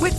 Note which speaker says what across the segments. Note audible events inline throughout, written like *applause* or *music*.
Speaker 1: With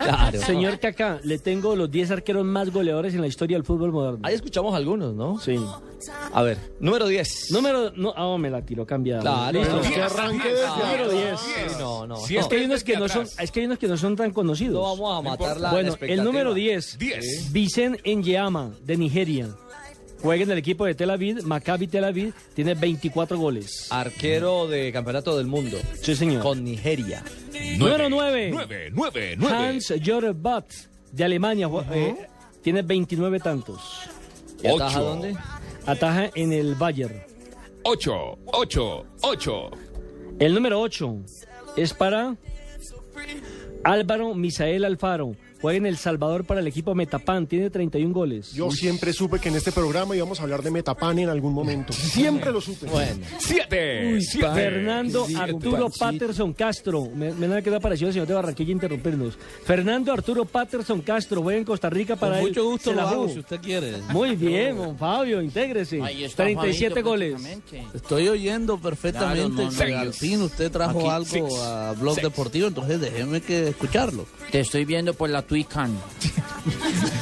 Speaker 2: Claro.
Speaker 3: Señor Kaká, le tengo los 10 arqueros más goleadores en la historia del fútbol moderno.
Speaker 2: Ahí escuchamos algunos, ¿no?
Speaker 3: Sí.
Speaker 2: A ver, número 10.
Speaker 3: Número. No, ah, me la tiro cambiada.
Speaker 2: Claro.
Speaker 3: Listo.
Speaker 2: Diez,
Speaker 4: Que arranque desde
Speaker 2: Ah,
Speaker 4: ahora.
Speaker 2: sí, No, no.
Speaker 4: Si
Speaker 2: no. este
Speaker 3: Es que hay unos que no son,
Speaker 4: atrás.
Speaker 3: es que hay unos que no son tan conocidos.
Speaker 2: No vamos a matar la, la
Speaker 3: bueno, el
Speaker 2: expectativa.
Speaker 3: número 10.
Speaker 4: Diez.
Speaker 3: Vicen Enyama, de Nigeria. Juega en el equipo de Tel Aviv, Maccabi Tel Aviv, tiene 24 goles.
Speaker 2: Arquero de Campeonato del Mundo.
Speaker 3: Sí, señor.
Speaker 2: Ah, Con Nigeria.
Speaker 3: Número 9.
Speaker 4: Nueve, nueve, nueve.
Speaker 3: Hans Jörg Butt, de Alemania. ju- eh, tiene 29 tantos.
Speaker 2: ¿Y ataja
Speaker 4: Ocho.
Speaker 2: dónde?
Speaker 3: Ataja en el Bayern.
Speaker 4: Ocho, ocho, ocho.
Speaker 3: El número 8 es para Álvaro Misael Alfaro. Juega en El Salvador para el equipo Metapan, tiene 31 goles.
Speaker 5: Yo siempre supe que en este programa íbamos a hablar de Metapan en algún
Speaker 6: *laughs*
Speaker 5: momento. Siempre lo supe.
Speaker 2: Bueno.
Speaker 4: Siete, siete.
Speaker 3: Fernando ah.
Speaker 2: Sí,
Speaker 3: Arturo
Speaker 2: Panchito.
Speaker 3: Patterson Castro. Me, me da que parecido al señor de Barranquilla interrumpirnos. Fernando Arturo Patterson Castro juega en Costa Rica para él. Se la jugó.
Speaker 2: quiere.
Speaker 3: Muy bien, don Fabio, intégrese. 37 goles.
Speaker 7: Estoy oyendo perfectamente. que Al fin usted trajo
Speaker 4: Aquí,
Speaker 7: algo
Speaker 4: six,
Speaker 7: a Blog
Speaker 4: six.
Speaker 7: Deportivo, entonces déjeme que escucharlo.
Speaker 6: Te estoy viendo por la Twican.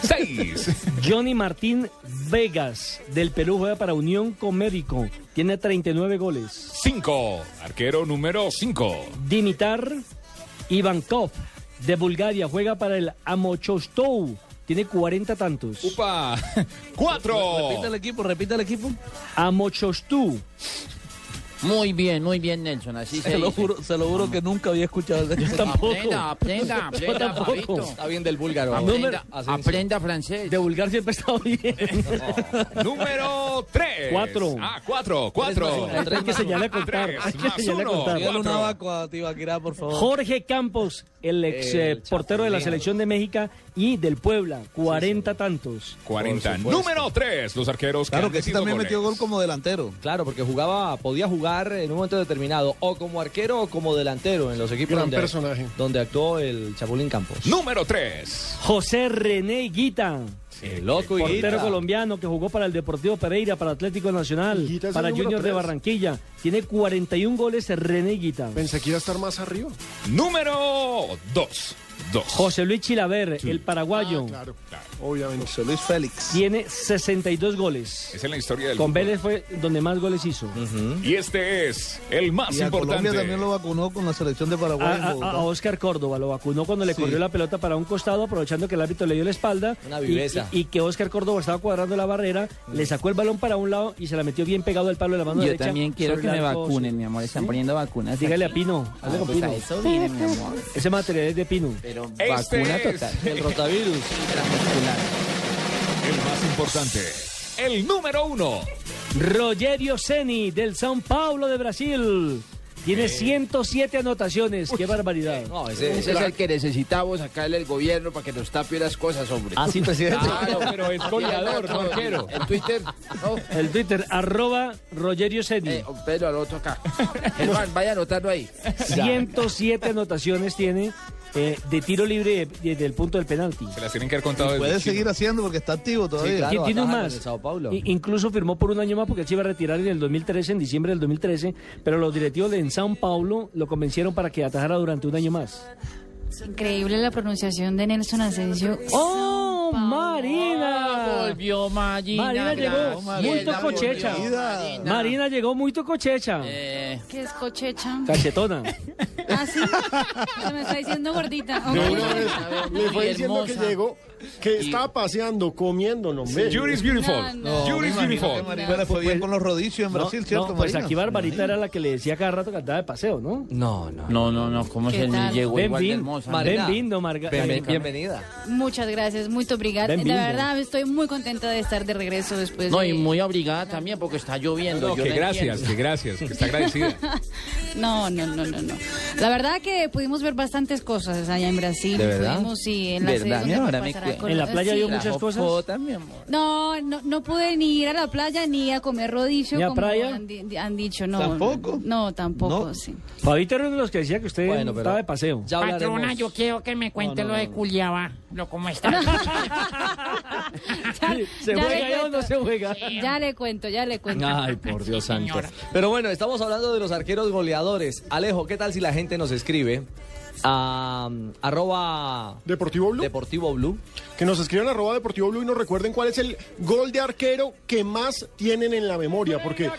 Speaker 4: Seis.
Speaker 3: Johnny Martín Vegas del Perú juega para Unión Comérico. Tiene 39 goles.
Speaker 4: Cinco. Arquero número cinco.
Speaker 3: Dimitar Ivankov de Bulgaria juega para el Amochostou. Tiene 40 tantos.
Speaker 4: Upa. Cuatro.
Speaker 7: Repita el equipo, repita el equipo.
Speaker 3: Amochostou.
Speaker 6: Muy bien, muy bien, Nelson. Así se
Speaker 7: Se lo
Speaker 6: dice.
Speaker 7: juro, se lo juro que nunca había escuchado. este
Speaker 6: Aprenda, aprenda, aprenda,
Speaker 3: tampoco.
Speaker 6: Fabito.
Speaker 2: Está bien del búlgaro.
Speaker 6: Aprenda,
Speaker 2: Asensio.
Speaker 6: aprenda francés.
Speaker 3: De Bulgaria siempre está
Speaker 5: *laughs*
Speaker 3: bien.
Speaker 4: Número tres.
Speaker 3: Cuatro.
Speaker 4: Ah, cuatro, cuatro.
Speaker 2: Tres más uno,
Speaker 3: Hay que señalar a contar.
Speaker 4: Tres
Speaker 3: Hay que
Speaker 4: más
Speaker 3: señalar a
Speaker 4: uno.
Speaker 3: contar.
Speaker 7: Dígale un
Speaker 4: Cuatro.
Speaker 7: abaco a Tibaquirá, por favor.
Speaker 3: Jorge Campos, el ex
Speaker 2: El
Speaker 3: eh, portero de la
Speaker 2: Chapulín.
Speaker 3: selección de México y del Puebla, 40 tantos.
Speaker 4: 40.
Speaker 2: Por supuesto.
Speaker 4: Número 3. Los arqueros
Speaker 7: Claro que
Speaker 4: que han
Speaker 7: sí
Speaker 4: metido
Speaker 7: también
Speaker 4: goles.
Speaker 7: metió gol como delantero.
Speaker 2: Claro, porque jugaba, podía jugar en un momento determinado o como arquero o como delantero en los equipos
Speaker 5: Gran
Speaker 2: donde,
Speaker 5: personaje.
Speaker 2: donde actuó el Chapulín Campos.
Speaker 4: Número 3.
Speaker 3: José René Guita,
Speaker 2: El loco y
Speaker 3: portero
Speaker 2: Guita.
Speaker 3: colombiano que jugó para el Deportivo Pereira, para Atlético Nacional,
Speaker 5: Guita es el
Speaker 3: para
Speaker 5: número
Speaker 3: Junior de
Speaker 5: tres.
Speaker 3: Barranquilla. Tiene 41 goles René Guita.
Speaker 5: Pensé que iba a estar más arriba.
Speaker 4: Número 2. 2.
Speaker 3: José Luis Chilaver, el paraguayo,
Speaker 5: Ah, Claro, obviamente.
Speaker 7: José Luis Félix.
Speaker 3: tiene 62 goles.
Speaker 4: Es en la historia del
Speaker 3: Con
Speaker 4: fútbol.
Speaker 3: Vélez fue donde más goles hizo.
Speaker 4: Y este es el más
Speaker 7: Y a
Speaker 4: importante.
Speaker 7: Colombia también lo vacunó con la selección de Paraguay. en
Speaker 3: A,
Speaker 7: Bogotá.
Speaker 3: Oscar Córdoba lo vacunó cuando le
Speaker 7: Sí.
Speaker 3: corrió la pelota para un costado, aprovechando que el árbitro le dio la espalda.
Speaker 2: Una
Speaker 3: y-
Speaker 2: viveza.
Speaker 3: Y, y que Oscar Córdoba estaba cuadrando la barrera, le sacó el balón para un lado y se la metió bien pegado al palo de la mano
Speaker 6: Yo
Speaker 3: derecha.
Speaker 6: también quiero
Speaker 3: sobre
Speaker 6: que
Speaker 3: el
Speaker 6: me
Speaker 3: arco,
Speaker 6: vacunen,
Speaker 3: sí.
Speaker 6: mi amor. Están poniendo vacunas.
Speaker 3: Dígale
Speaker 6: aquí.
Speaker 3: a Pino,
Speaker 6: Ah,
Speaker 3: hable con
Speaker 6: pues
Speaker 3: Pino.
Speaker 6: a eso viene, mi amor.
Speaker 3: Ese material es de Pino.
Speaker 6: Pero
Speaker 4: Este
Speaker 6: vacuna
Speaker 4: es-
Speaker 6: total.
Speaker 2: El rotavirus.
Speaker 4: El más importante. El número 1.
Speaker 3: Rogerio Ceni del São Paulo de Brasil. Tiene 107 anotaciones. ¡Qué barbaridad!
Speaker 2: No, eh. ese,
Speaker 6: Ese es el que necesitamos sacarle el gobierno para que nos tape las cosas, hombre.
Speaker 2: Ah, sí, presidente.
Speaker 6: Claro,
Speaker 4: pero *laughs* es
Speaker 6: goleador,
Speaker 4: no arquero.
Speaker 6: En Twitter,
Speaker 4: *laughs*
Speaker 6: no.
Speaker 3: El Twitter, arroba Rogerio Ceni.
Speaker 6: Eh, Pedro, al otro acá. Germán, vaya anotando ahí.
Speaker 3: 107 anotaciones tiene eh, de tiro libre desde el punto del penalti.
Speaker 4: Se las tienen que haber contado desde
Speaker 7: Puede
Speaker 4: Chile.
Speaker 7: seguir haciendo porque está activo todavía.
Speaker 2: claro.
Speaker 3: Ti- tiene un
Speaker 2: ataja con
Speaker 3: más.
Speaker 2: el Sao Paulo.
Speaker 3: I- incluso firmó por un año más porque él se iba a retirar en el 2013, en diciembre del 2013, pero los directivos de en Sao Paulo lo convencieron para que atajara durante un año más.
Speaker 8: Increíble la pronunciación de Nelson Asensio.
Speaker 3: ¡Oh, Marina!
Speaker 6: Volvió Marina.
Speaker 3: Marina llegó
Speaker 6: gracias.
Speaker 3: muy
Speaker 6: Marina
Speaker 3: tocochecha.
Speaker 6: volvió, Marina.
Speaker 3: Marina llegó muy tocochecha.
Speaker 6: Eh,
Speaker 8: Oh, Que es
Speaker 6: *laughs*
Speaker 8: cochecha.
Speaker 6: Ah,
Speaker 3: Cachetona.
Speaker 8: Así. Se me está diciendo gordita.
Speaker 5: De
Speaker 8: Ok.
Speaker 5: una vez le fue
Speaker 6: Y
Speaker 5: diciendo que
Speaker 6: hermosa.
Speaker 5: llegó, que estaba paseando, comiendo, no me.
Speaker 4: Yuri's Beautiful.
Speaker 8: No, no.
Speaker 4: Yuri's
Speaker 7: Me imagino que
Speaker 4: Beautiful.
Speaker 7: Marina le fue bien con los rodicios en Brasil,
Speaker 3: pues, No,
Speaker 7: ¿cierto?
Speaker 3: no, pues
Speaker 7: Marina?
Speaker 3: aquí Barbarita era la que le decía cada rato que andaba de paseo, ¿no?
Speaker 2: No, no.
Speaker 6: No, no, no, ¿cómo
Speaker 8: ¿Qué
Speaker 6: se le
Speaker 8: tal?
Speaker 6: llegó
Speaker 3: Ven
Speaker 6: igual de
Speaker 3: bien,
Speaker 6: hermosa?
Speaker 3: Marina. Bem-vindo,
Speaker 2: Bien-
Speaker 3: Marga-
Speaker 2: bien-
Speaker 3: Margarita.
Speaker 2: bienvenida.
Speaker 8: Muchas gracias, muy obrigada.
Speaker 3: Ven viendo.
Speaker 8: La verdad, estoy muy contenta de estar de regreso después
Speaker 6: No,
Speaker 8: de...
Speaker 6: y muy obligada también porque está lloviendo.
Speaker 4: No,
Speaker 6: yo
Speaker 4: que
Speaker 6: la
Speaker 4: gracias,
Speaker 7: *laughs*
Speaker 6: entiendo.
Speaker 4: que gracias, que está agradecida.
Speaker 8: No, no, no, no, no. La verdad que pudimos ver bastantes cosas allá en Brasil.
Speaker 7: ¿De verdad?
Speaker 8: Fuimos, sí, en la sede
Speaker 7: ¿Verdad, mi
Speaker 8: donde
Speaker 7: amor?
Speaker 8: pasará
Speaker 7: Ahora me cu-
Speaker 8: Colombia.
Speaker 7: ¿En la playa
Speaker 8: Sí.
Speaker 7: vio muchas cosas? Jota,
Speaker 8: No, no, no pude ni ir a la playa ni a comer rodillo
Speaker 3: ¿Ni a
Speaker 8: como
Speaker 3: playa?
Speaker 8: Han, di- han dicho. No,
Speaker 3: ¿Tampoco?
Speaker 8: No, tampoco,
Speaker 3: No.
Speaker 8: sí.
Speaker 3: Fabito era uno de los que decía que usted
Speaker 2: Bueno, pero
Speaker 3: estaba de paseo.
Speaker 2: ya
Speaker 9: Patrona, yo quiero que me cuente lo de Culiaba, lo cómo está.
Speaker 3: ¿Se
Speaker 8: Ya
Speaker 3: juega
Speaker 8: le
Speaker 3: ahí o no
Speaker 8: cuento.
Speaker 3: se juega?
Speaker 8: Ya le cuento, ya le cuento.
Speaker 2: Ay, por Dios santo. Pero bueno, estamos hablando de los arqueros goleadores. Alejo, ¿qué tal si la gente nos escribe a um, arroba
Speaker 5: Deportivo
Speaker 2: Blue? Deportivo Blue.
Speaker 5: Que nos escriban arroba Deportivo Blue y nos recuerden cuál es el gol de arquero que más tienen en la memoria. Porque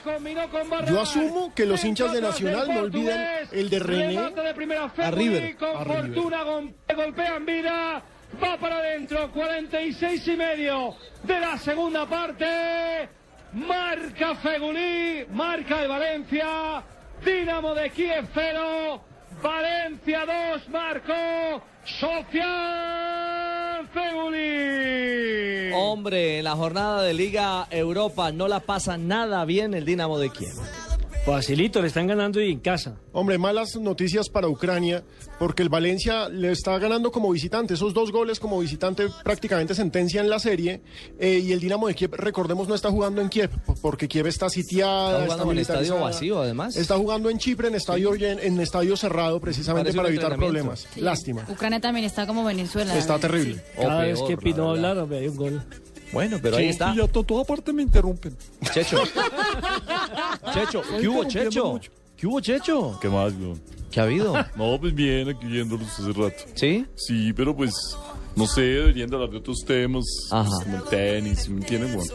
Speaker 5: yo asumo que los hinchas de Nacional no olvidan el de René
Speaker 10: a River.
Speaker 5: A River.
Speaker 10: Fortuna gol- golpea en vida. Va para adentro. 46 y medio de la segunda parte. Marca Fegulí. Marca el Valencia. Dinamo de Kiev 0. Valencia 2. Marcó Sofian Fegulí.
Speaker 5: Oh.
Speaker 2: Hombre, en la jornada de Liga Europa no la pasa nada bien el Dinamo de Kiev.
Speaker 5: Facilito, le están ganando y en casa. Hombre, malas noticias para Ucrania, porque el Valencia le está ganando como visitante. Esos dos goles como visitante prácticamente sentencian la serie. eh, y el Dinamo de Kiev, recordemos, no está jugando en Kiev, porque Kiev está sitiada.
Speaker 2: Está jugando en estadio
Speaker 5: militarizada.
Speaker 2: vacío, además.
Speaker 5: Está jugando en Chipre, en estadio, llen- en estadio cerrado, precisamente
Speaker 2: Parece
Speaker 5: para
Speaker 2: un
Speaker 5: evitar
Speaker 2: entrenamiento.
Speaker 5: problemas. Lástima.
Speaker 8: Ucrania también está como Venezuela.
Speaker 5: Está terrible.
Speaker 3: Cada
Speaker 5: O
Speaker 3: vez
Speaker 5: peor,
Speaker 3: que
Speaker 5: la
Speaker 3: Pino hablara, me hay un gol.
Speaker 2: Bueno,
Speaker 3: pero ahí está.
Speaker 11: Y a to- toda parte me interrumpen.
Speaker 2: Checho.
Speaker 11: Checho,
Speaker 3: Ah,
Speaker 2: ¿qué hubo, Checho?
Speaker 11: ¿Qué hubo, Checho?
Speaker 3: *laughs*
Speaker 11: ¿Qué más, weón? ¿Qué ha habido? No, pues bien, aquí viéndolos hace rato. ¿Sí? Sí, pero pues, no sé, deberían de hablar de otros temas, pues, como el tenis, ¿me entienden, weón?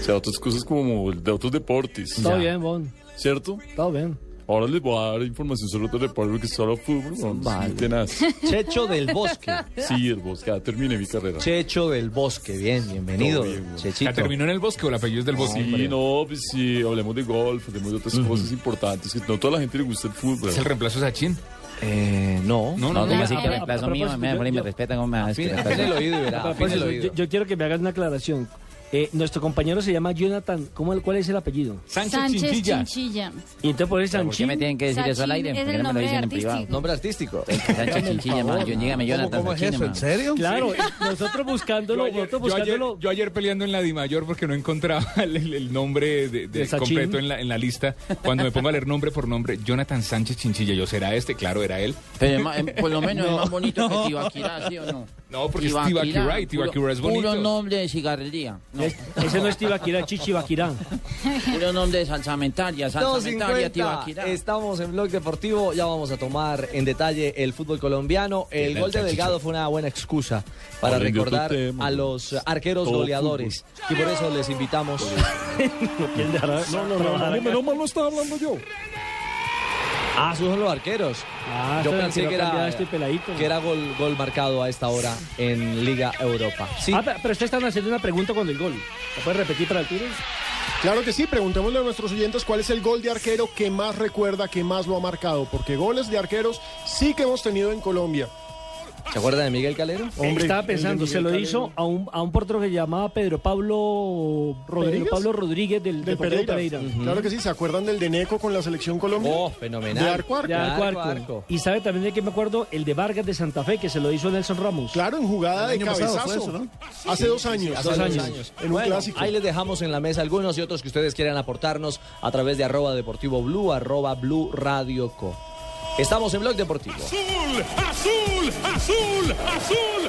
Speaker 11: O sea, otras cosas como el de otros deportes.
Speaker 3: Está bien, Bon.
Speaker 11: ¿Cierto?
Speaker 3: Está bien.
Speaker 11: Ahora les voy a dar información sobre otro deporte que es solo fútbol, weón. es muy tenaz.
Speaker 2: Checho del Bosque.
Speaker 11: Sí, el bosque, ya terminé mi carrera.
Speaker 2: Checho del Bosque, bien, bienvenido.
Speaker 11: Todo bien, weón.
Speaker 2: Chechito.
Speaker 11: ¿La terminó
Speaker 4: en el bosque o la apellido es del bosque?
Speaker 11: Sí, no, pues sí, hablemos de golf, hablemos de otras cosas importantes, que no toda la gente le gusta el fútbol.
Speaker 4: ¿Es el reemplazo de Sachin?
Speaker 2: Eh, no.
Speaker 4: No,
Speaker 6: No,
Speaker 4: no,
Speaker 8: Ah,
Speaker 4: no.
Speaker 6: diga así
Speaker 4: no.
Speaker 6: que
Speaker 4: A- a-
Speaker 6: reemplazo
Speaker 4: a
Speaker 6: mío,
Speaker 4: propósito,
Speaker 6: me,
Speaker 4: yo-
Speaker 6: me
Speaker 4: yo-
Speaker 6: respetan como me van a
Speaker 4: Afina-
Speaker 6: respetar.
Speaker 4: afina el oído y verá,
Speaker 3: Papá, pues, yo- Yo, yo quiero que me hagas una aclaración. Eh, nuestro compañero se llama Jonathan. ¿Cómo, el- ¿Cuál es el apellido?
Speaker 8: Sánchez Chinchilla.
Speaker 3: Y entonces por eso
Speaker 6: ¿Por qué me tienen que decir eso al
Speaker 8: Sachin
Speaker 6: aire?
Speaker 8: es
Speaker 6: ¿Por
Speaker 8: el
Speaker 6: qué no me lo
Speaker 8: nombre
Speaker 6: dicen en
Speaker 8: artístico.
Speaker 6: privado?
Speaker 2: Nombre artístico.
Speaker 6: Sánchez Chinchilla, man. Yo, dígame, Jonathan. Sachin, man.
Speaker 3: Claro,
Speaker 4: Sí.
Speaker 3: *laughs* nosotros buscándolo, nosotros
Speaker 4: Yo ayer,
Speaker 3: buscándolo.
Speaker 4: yo ayer peleando en la Dimayor porque no encontraba *laughs* el, el- el nombre de, de-
Speaker 3: ¿De Sachin?
Speaker 4: completo en la, en la lista. Cuando me pongo a leer nombre por nombre, Jonathan Sánchez Chinchilla, yo será este, claro, era él.
Speaker 6: Pero es más- es- por lo menos es más bonito que Tibaquirá, ¿sí o no?
Speaker 4: No, porque es Tibaquirá y
Speaker 6: puro-
Speaker 4: Tibaquirá es bonito.
Speaker 6: Puro *laughs* nombre de cigarrería. No.
Speaker 3: Ese no es Tibaquirá, es Chichibaquirá.
Speaker 6: Puro nombre de salsamentaria, salsamentaria,
Speaker 2: 250,
Speaker 6: Tibaquirá.
Speaker 2: estamos en Blog Deportivo, ya vamos a tomar en detalle el fútbol colombiano. El
Speaker 6: Delante,
Speaker 2: gol de Delgado
Speaker 6: Chicho.
Speaker 2: fue una buena excusa para
Speaker 3: Hablen de otro
Speaker 2: recordar
Speaker 3: tema.
Speaker 2: a los arqueros
Speaker 3: Todo
Speaker 2: goleadores. Y por eso les invitamos.
Speaker 3: ¿Quién dejará trabajar acá?
Speaker 2: mal no estaba hablando yo. Ah, esos son los arqueros.
Speaker 3: Ah,
Speaker 2: yo
Speaker 3: esto es
Speaker 2: pensé
Speaker 3: lo
Speaker 2: que
Speaker 3: que va a cambiar
Speaker 2: era,
Speaker 3: este peladito.
Speaker 2: que era gol, gol marcado a esta hora en Liga Europa. Sí.
Speaker 3: Ah, pe- pero ustedes están haciendo una pregunta con el gol. ¿La puedes repetir para el tiro?
Speaker 5: Claro que sí, preguntémosle a nuestros oyentes cuál es el gol de arquero que más recuerda, que más lo ha marcado, porque goles de arqueros sí que hemos tenido en Colombia.
Speaker 2: ¿Se acuerda de Miguel Calero?
Speaker 3: Estaba pensando, se lo hizo a un, a un portero que llamaba Pedro Pablo
Speaker 5: ¿Rodríguez?
Speaker 3: Pedro Pablo Rodríguez del,
Speaker 5: De
Speaker 3: del Pereira.
Speaker 5: Pereira.
Speaker 3: Ujú.
Speaker 5: Claro que sí, ¿se acuerdan del de Neco con la selección Colombia?
Speaker 2: Oh, fenomenal.
Speaker 5: De Arco Arco.
Speaker 3: De Arco Arco. Y sabe también de qué me acuerdo, el de Vargas de Santa Fe, que se lo hizo Nelson Ramos.
Speaker 5: Claro, en jugada
Speaker 2: El año pasado fue eso, ¿no?
Speaker 5: Hace
Speaker 2: Sí,
Speaker 5: dos
Speaker 2: sí, sí,
Speaker 5: años.
Speaker 2: hace
Speaker 5: Hace
Speaker 2: dos
Speaker 5: dos
Speaker 2: años.
Speaker 5: En un
Speaker 2: Bueno,
Speaker 5: clásico.
Speaker 2: Ahí les dejamos en la mesa algunos y otros que ustedes quieran aportarnos a través de arroba deportivo blue, arroba blue radio co. Estamos en Blog Deportivo.
Speaker 10: Azul, azul, azul, azul,